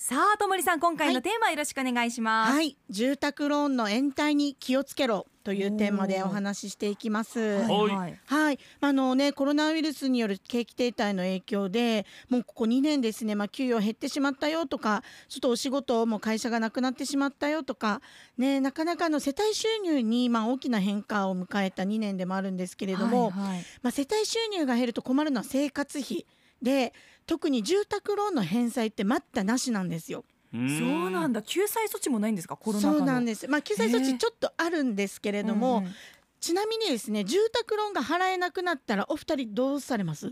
さあともりさん今回のテーマよろしくお願いします、はい、住宅ローンの延滞に気をつけろというテーマでお話ししていきます。おーはいはいはい、あのね、コロナウイルスによる景気停滞の影響で、もうここ2年ですね、まあ、給与減ってしまったよとか、ちょっとお仕事も会社がなくなってしまったよとか、ね、なかなかあの世帯収入に、まあ、大きな変化を迎えた2年でもあるんですけれども、はいはいまあ、世帯収入が減ると困るのは生活費で、特に住宅ローンの返済って待ったなしなんですよ。そうなんだ。だ救済措置もないんですかコロナ禍のそうなんです、まあ、救済措ええ置ちょっとあるんですけれどうも、んうんちなみにですね住宅ローンが払えなくなったらお二人どうされます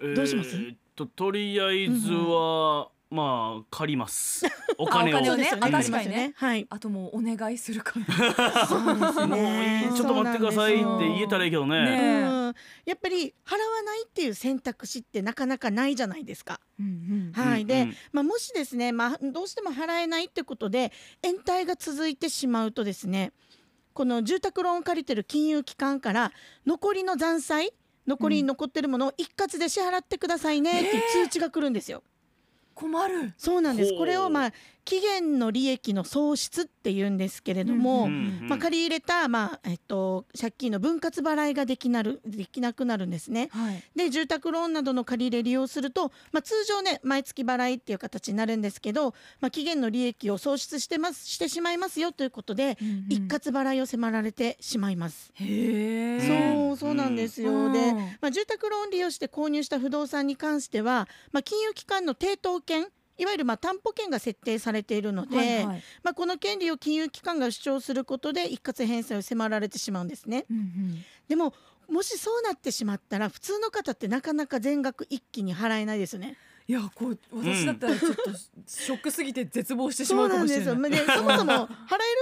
どうしますえーっととりあえずは、まあ借り ます。お金あを。お金をねそうあですよ確かにね はいあともうお願いするからそうですもういねいちょっと待ってくださいってそうなんです言えたらいいけどね。うねん、やっぱり払わないっていう選択肢ってなかなかないじゃないですか。うんはい、うんでうん、まあ、もしですね、まあ、どうしても払えないってことで延滞が続いてしまうとですねこの住宅ローンを借りてる金融機関から残りの残債残りに残ってるものを一括で支払ってくださいねっていう通知が来るんですよ。困るそうなんですほうこれを、まあ、期限の利益の喪失っていうんですけれどうも、んうんまあ、借り入れた、まあえっと、借金の分割払いができなるできなくなるんですね。はいで住宅ローンなどの借り入れ利用すると、まあ、通常ね毎月払いっていう形になるんですけど、まあ、期限の利益を喪失してますしてしまいますよということで、一括払いを迫られてしまいます。へえんそうそうなんですよ、で、まあ、住宅ローン利用して購入した不動産に関しては、まあ、金融機関の抵当権いわゆるまあ担保権が設定されているので、はいはいまあ、この権利を金融機関が主張することで一括返済を迫られてしまうんですね。うんうんでももしそうなってしまったら普通の方ってなかなか全額一気に払えないですよね。いやこう私だったらちょっとショックすぎて絶望してしまそううかなもんしれですないよ。で そもそも払えるん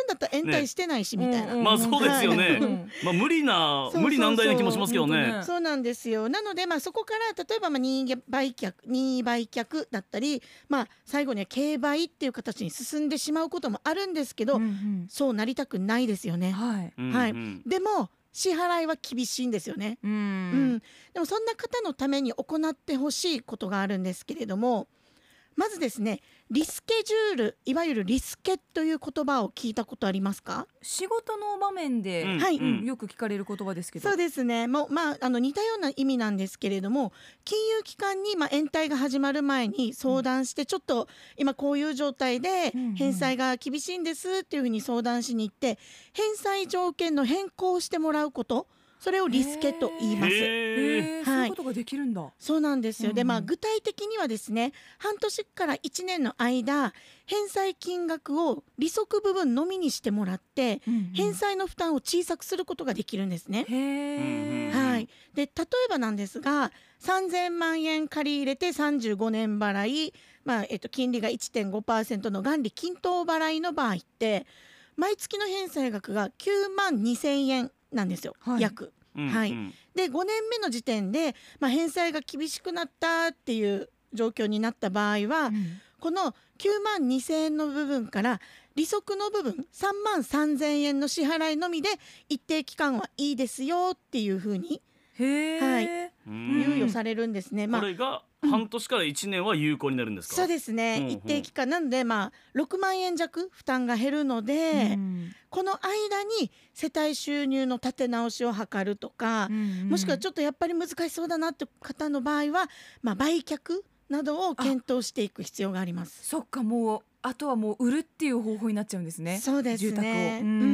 だったら延滞してないし、みたいな。まあそうですよねうんまあ無理なそうそうそう無理難題な気もしますけど本当ねね。そうなんですよなので、まあ、そこから例えばまあ任意売却任意売却だったり、まあ、最後には競売っていう形に進んでしまうこともあるんですけど、うんうんそうなりたくないですよね。はいうんはいうんでも支払いは厳しいんですよね。ううんんでもそんな方のために行ってほしいことがあるんですけれどもまずですねリスケジュールいわゆるリスケという言葉を聞いたことありますか仕事の場面で、うんはいうんよく聞かれる言葉ですけどそうですねもう、まあ、あの似たような意味なんですけれども金融機関に、まあ、延滞が始まる前に相談して、ちょっと今こういう状態でうんうん返済が厳しいんですっていうふうに相談しに行って返済条件の変更をしてもらうことそれをリスケと言います。へえ。へーいそういうことができるんだ、そうなんですよ、うでんまあ具体的にはですね半年から1年の間返済金額を利息部分のみにしてもらってうんうん返済の負担を小さくすることができるんですね。へえ、うんうんはい、で例えばなんですが3000万円借り入れて35年払い、まあえっと、金利が1.5%の元利均等払いの場合って毎月の返済額が9万2000円なんですよ、はい約。うんはいうんで5年目の時点で、まあ、返済が厳しくなったっていう状況になった場合は、うんこの9万2,000円の部分から利息の部分3万3,000円の支払いのみで一定期間はいいですよっていうふうにへえ、はいうん猶予されるんですね。まあこれが半年から一年は有効になるんですか。そうですね、うんうん一定期間なので、まあ、6万円弱負担が減るので、うんこの間に世帯収入の立て直しを図るとか、うんもしくはちょっょっとやっぱり難しそうだなって方の場合は、まあ、売却などを検討していく必要がありまとす。そっかもうあとはもう売るっていう方法になっちゃうんですねそうです住宅を、ね。うんう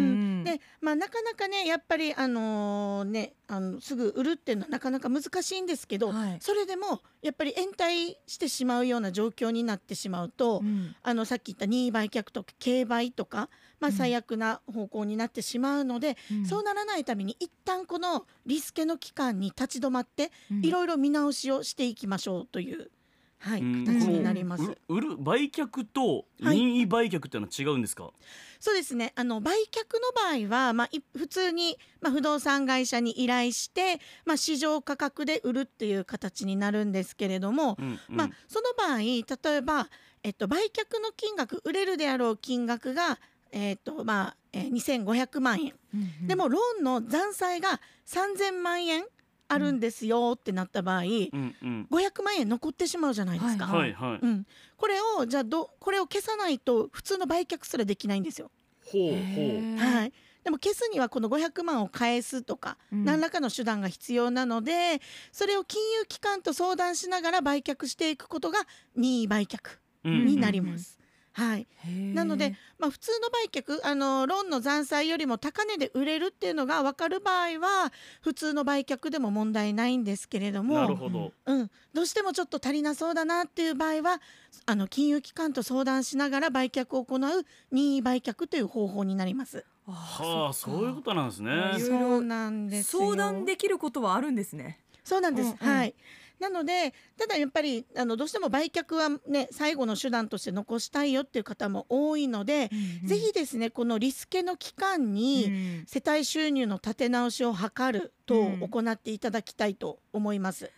んで、まあなかなかね、やっぱりあのね、あのすぐ売るっていうのはなかなか難しいんですけど、はいそれでもやっぱり延滞してしまうような状況になってしまうと、うんあのさっき言った任意売却とか競売とか、まうんあ最悪な方向になってしまうので、うんそうならないために一旦このリスケの期間に立ち止まってうんいろいろ見直しをしていきましょうという、はい、うん形になります。この売る売る売却とはい任意売却っていうのは違うんですか。そうですね。あの売却の場合は、まあ、い普通に、まあ、不動産会社に依頼して、まあ、市場価格で売るっていう形になるんですけれども、うんうんまあ、その場合例えば、えっと、売却の金額売れるであろう金額が、えっとまあえー、2500万円うんうんでもローンの残債が3000万円あるんですよってなった場合、うんうん。 500万円残ってしまうじゃないですか、はいはいはうい。ん、これをじゃあどこれを消さないと普通の売却すらできないんですよ、ほうほう。へーはい、でも消すにはこの500万を返すとかうん何らかの手段が必要なのでそれを金融機関と相談しながら売却していくことが任意売却うにん。なります。はい、へーなので、まあ、普通の売却あのローンの残債よりも高値で売れるっていうのが分かる場合は普通の売却でも問題ないんですけれどなもるほど。うん、どうしてもちょっと足りなそうだなっていう場合はあの金融機関と相談しながら売却を行う任意売却という方法になります。はあ、そういうことなんですね。いろいろそうなんですよ相談できることはあるんですね。そうなんでうす、んうんはいなのでただやっぱりあのどうしても売却はね最後の手段として残したいよっていう方も多いので、ぜひですねこのリスケの期間に、うん世帯収入の立て直しを図るとうん行っていただきたいと思います。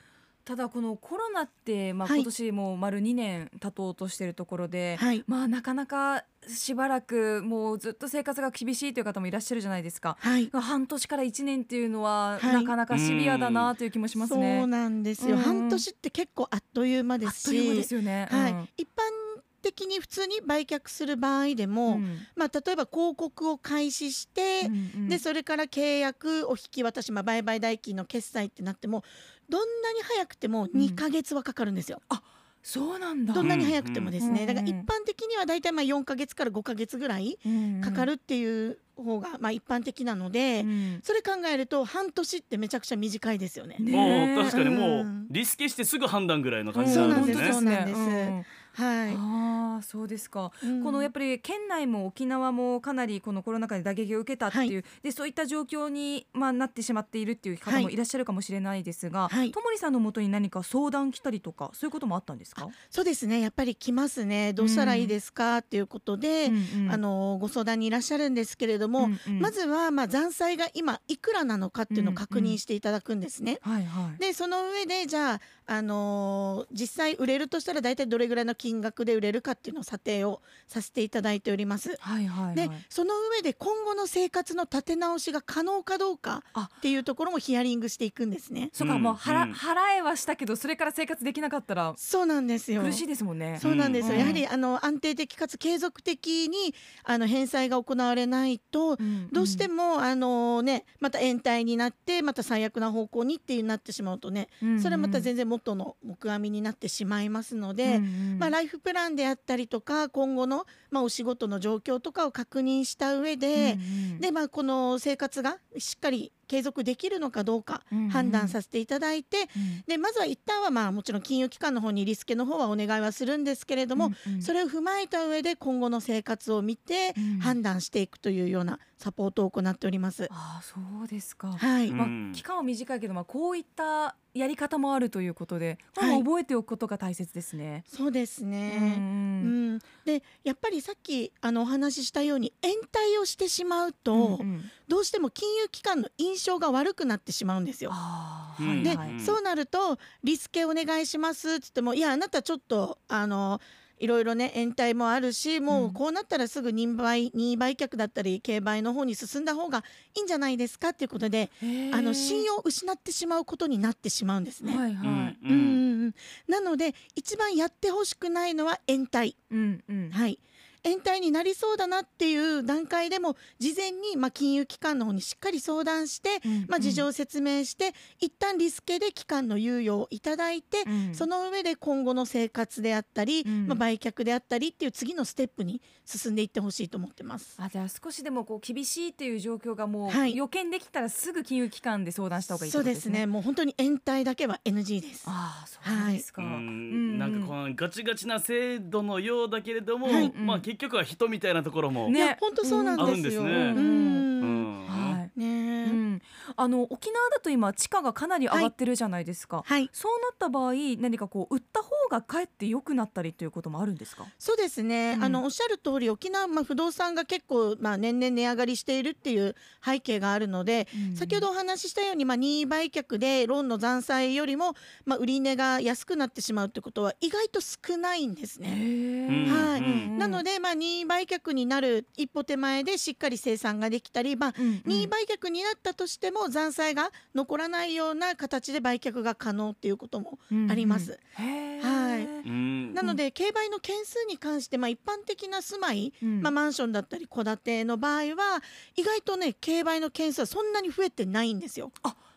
ただこのコロナってまあはい今年もう丸2年経とうとしているところで、はい、まあなかなかしばらくもうずっと生活が厳しいという方もいらっしゃるじゃないですか。はい、半年から1年っていうのははいなかなかシビアだなという気もしますね。そうなんですよ、うん半年って結構あっという間であっすという間でしすよね。はいうん一般的に普通に売却する場合でうも、んまあ、例えば広告を開始して、うんうんでそれから契約お引き渡し、まあ、売買代金の決済ってなってもどんなに早くても2ヶ月はかかるんですよ、そうなんだ。どんなに早くてもですね、うんだから一般的には大体まあ4ヶ月から5ヶ月ぐらいかかるっていう方がまあ一般的なので、うんそれ考えると半年ってめちゃくちゃ短いですよね。ねえもう確かにもううんリスケしてすぐ判断ぐらいの感じそうにななんるんでですすよね。そうなんですうんはい、ああそうですか、うんこのやっぱり県内も沖縄もかなりこのコロナ禍で打撃を受けたっていう、でそういった状況に、まあ、なってしまっているっていう方もはいいらっしゃるかもしれないですが、はいともりさんのもとに何か相談来たりとかそういうこともあったんですか、そうですねやっぱり来ますねどうしたらいいですかっていうことで、うんうんあのご相談にいらっしゃるんですけれども、うんうんまずはまあ残債が今いくらなのかっていうのを確認していただくんですね。はいはいでその上でじゃあ、あのー実際売れるとしたら大体どれぐらいの金額で売れるかっていうのを査定をさせていただいております。はいはいはいでその上で今後の生活の立て直しが可能かどうかあっていうところもヒアリングしていくんですね。そうか、うんもう払うん払えはしたけどそれから生活できなかったらそうなんですよ苦しいですもんね。そうなんですよ、うんやはりあの安定的かつ継続的にあの返済が行われないとんどうして、も、あのねまた延滞になってまた最悪な方向にっていうなってしまうとねうんそれはまた全然元の目阿弥になってしまいますので、うんうんまあ、ライフプランであったりとか今後の、まあ、お仕事の状況とかを確認した上で、うんうんで、まあ、この生活がしっかり継続できるのかどうかうんうん判断させていただいて、うんでまずは一旦はまあもちろん金融機関の方にリスケの方はお願いはするんですけれども、うんうんそれを踏まえた上で今後の生活を見てうん判断していくというようなサポートを行っております。ああそうですか、はい、うんまあ、期間は短いけど、まあ、こういったやり方もあるということで、これもはい覚えておくことが大切ですね。そうですうね、うんんうんでやっぱりさっきあのお話ししたように延滞をしてしまうと、うんうんどうしても金融機関の印象が悪くなってしまうんですよ。ああ、うんはいで、はい、んそうなるとリスケお願いしますっつってもいやあなたちょっとあのいろいろね延滞もあるしもうんうこうなったらすぐ任売任意売却だったり競売の方に進んだ方がいいんじゃないですかっていうことでへーあの信用を失ってしまうことになってしまうんですね。はいはいうん、うんうんうんなので一番やってほしくないのは延滞。うんうん、はい延滞になりそうだなっていう段階でも事前にまあ金融機関の方にしっかり相談して、うんまあ、事情を説明して一旦リスケで期間の猶予をいただいて、うんその上で今後の生活であったり、うんまあ、売却であったりっていう次のステップに進んでいってほしいと思ってます。あじゃあ少しでもこう厳しいという状況がもうはい予見できたらすぐ金融機関で相談した方がいいってそうことでですすね。ねもう本当に延滞だけは NG です。ああそうですか。ううんうんんなんかこのガチガチな制度のようだけれども、はいまあ結局は人みたいなところも、ねいや本当そうなんですよ。あるですねんうんうんはい。ねえうん、あの沖縄だと今地価がかなり上がってるじゃないですか。はいそうなった場合何かこう売った方がかえって良くなったりということもあるんですか。そうですね、うんあのおっしゃる通り沖縄、まあ、不動産が結構、まあ、年々値上がりしているっていう背景があるので、先ほどお話ししたように、まあ、任意売却でローンの残債よりも、まあ、売り値が安くなってしまうということは意外と少ないんですへね。ー、うんははいうんなので、まあ、任意売却になる一歩手前でしっかり生産ができたり、まあ、うん任意売却になったとしても残債が残らないような形で売却が可能っていうこともありま。うんす。うんへーはいうんなので競売の件数に関して、まあ、一般的な住まい、うんまあ、マンションだったり戸建ての場合は意外とね競売の件数はそんなに増えてないんですよ。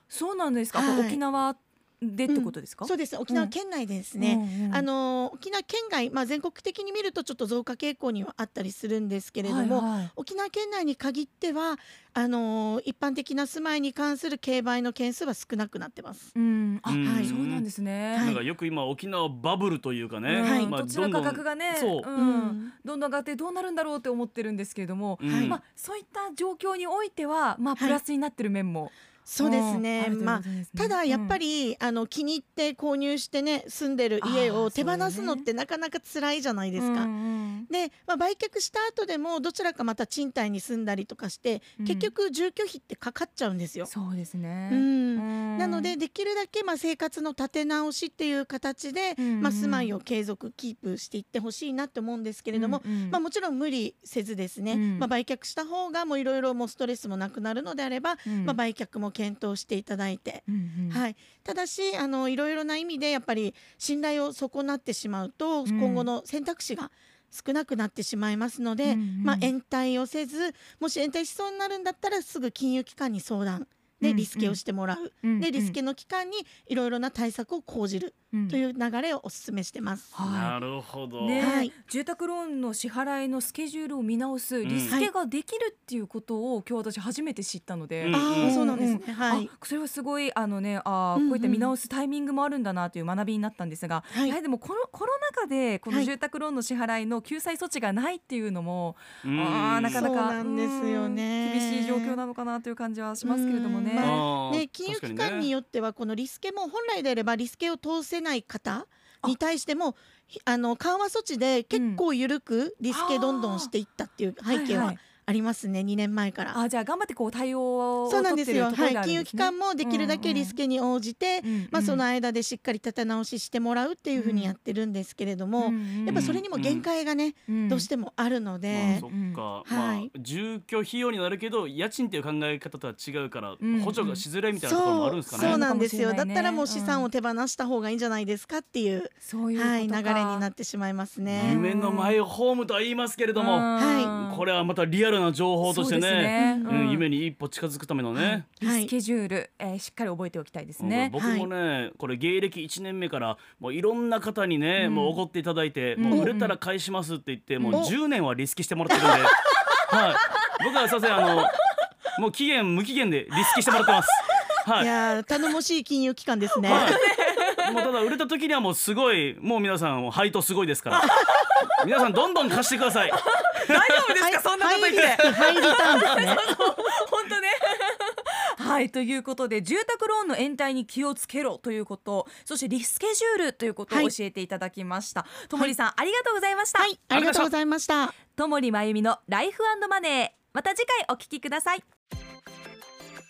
そうなんですか。はい沖縄でってことですか。そうです沖縄県内ですね、うんうんあのー沖縄県外、まあ、全国的に見るとちょっと増加傾向にはあったりするんですけれども、はいはい沖縄県内に限ってはあのー一般的な住まいに関する競売の件数は少なくなってます。うん、あ、うんはいそうなんですね。はないんかよく今沖縄バブルというかね、はい、まあ土地の価格がね、そうう、んうんどんどん上がってどうなるんだろうって思ってるんですけれども、うんはいまあそういった状況においては、まあはいプラスになってる面も、そうですね、うんまあただやっぱ、るり、あの気に入って購入してね住んでる家あをー手放そすうだのっねてなかなか辛いじゃないといでうことすか。うんうんで、まあ、売却した後でもどちらかまた賃貸に住んだりとかして、うん結局住居費ってかかっちゃうんですよ。そうですね。うんうんなので、できるだけまあ生活の立て直しっていう形で、うんまあ、住まいを継続キープしていってほしいなと思うんですけれども、うんうんまあ、もちろん無理せずですね、うんまあ、売却した方がもういろいろもうストレスもなくなるのであれば、うんまあ、売却も検討していただいて、うんうんはい、ただしあのいろいろな意味でやっぱり信頼を損なってしまううと、ん今後の選択肢が少なくなってしまいますので、うんうんまあ、延滞をせずもし延滞しそうになるんだったらすぐ金融機関に相談うんうでんリスケをしてもらう。うんでリスケの期間にいろいろな対策を講じるうんという流れをお勧めしてます。はなるほど、い。ね、はい住宅ローンの支払いのスケジュールを見直すんリスケができるっていうことを今日私初めて知ったので、うんああ、そうなんですね。はいあ。それはすごいあのねあー、うんうんこういった見直すタイミングもあるんだなという学びになったんですが、は。やはいりでもコロコロナ禍でこのはい住宅ローンの支払いの救済措置がないっていうのも、うんあーなかなかそうなんですよねうん厳しい状況なのかなという感じはしますけれどもね。うんまああーね、金融機確か関にねよってはこのリスケも本来であればリスケを通せない方に対してもひあの緩和措置で結構緩くリスケどんどんしていったっていう背景はいははいありますね。2年前から。あじゃあ頑張ってこう対応をそ取うなんっでてするよ。とこはろいがあ、るん金融です機ね。関もできるだけリスケに応じて、うんうんまあその間でしっかり立て直ししてもらうっていうふうにやってるんですけれども、やっぱそれにも限界がね、どうしててもあるのまあ、でそ、っうんか、まあはい住居費用になるけど家賃っていう考え方とは違うから、うん補助がしづらいみたいなところもあそるんうですかそねうなんですよ。あるだのかもしれないっねたらもう資産を手放した方がいいんじゃないですかっていうそういうことか、はい流れになってしまいますね。夢のマイホームとは言いますけれども、はこれはまたリアルな情報としてねそううん夢に一歩近づくためのね、はリいス。ケジュール、えーしっかり覚えておきたいですうんね。僕もね、これ芸歴1年目からもういろんな方にね、うんもう怒っていただいて、うんもう売れたら返しますって言って、もうお10年はリスキしてもらってるんで、はい、僕はすいませんあのもう期限無期限でリスキしてもらってます。はいいやー頼もしい金融機関ですね。 はい、もうただ売れた時にはもうすごいもう皆さん配当すごいですから皆さんどんどん貸してください大丈夫ですか、そんなこと言って。ハイリターンですね。 本当ね。はいということで住宅ローンの延滞に気をつけろということそしてリスケジュールということをは教いえていただきました、ともりさん、ありがとうございました、はい、ありがとうございました。ともりまゆみのライフマネーまた次回お聞きください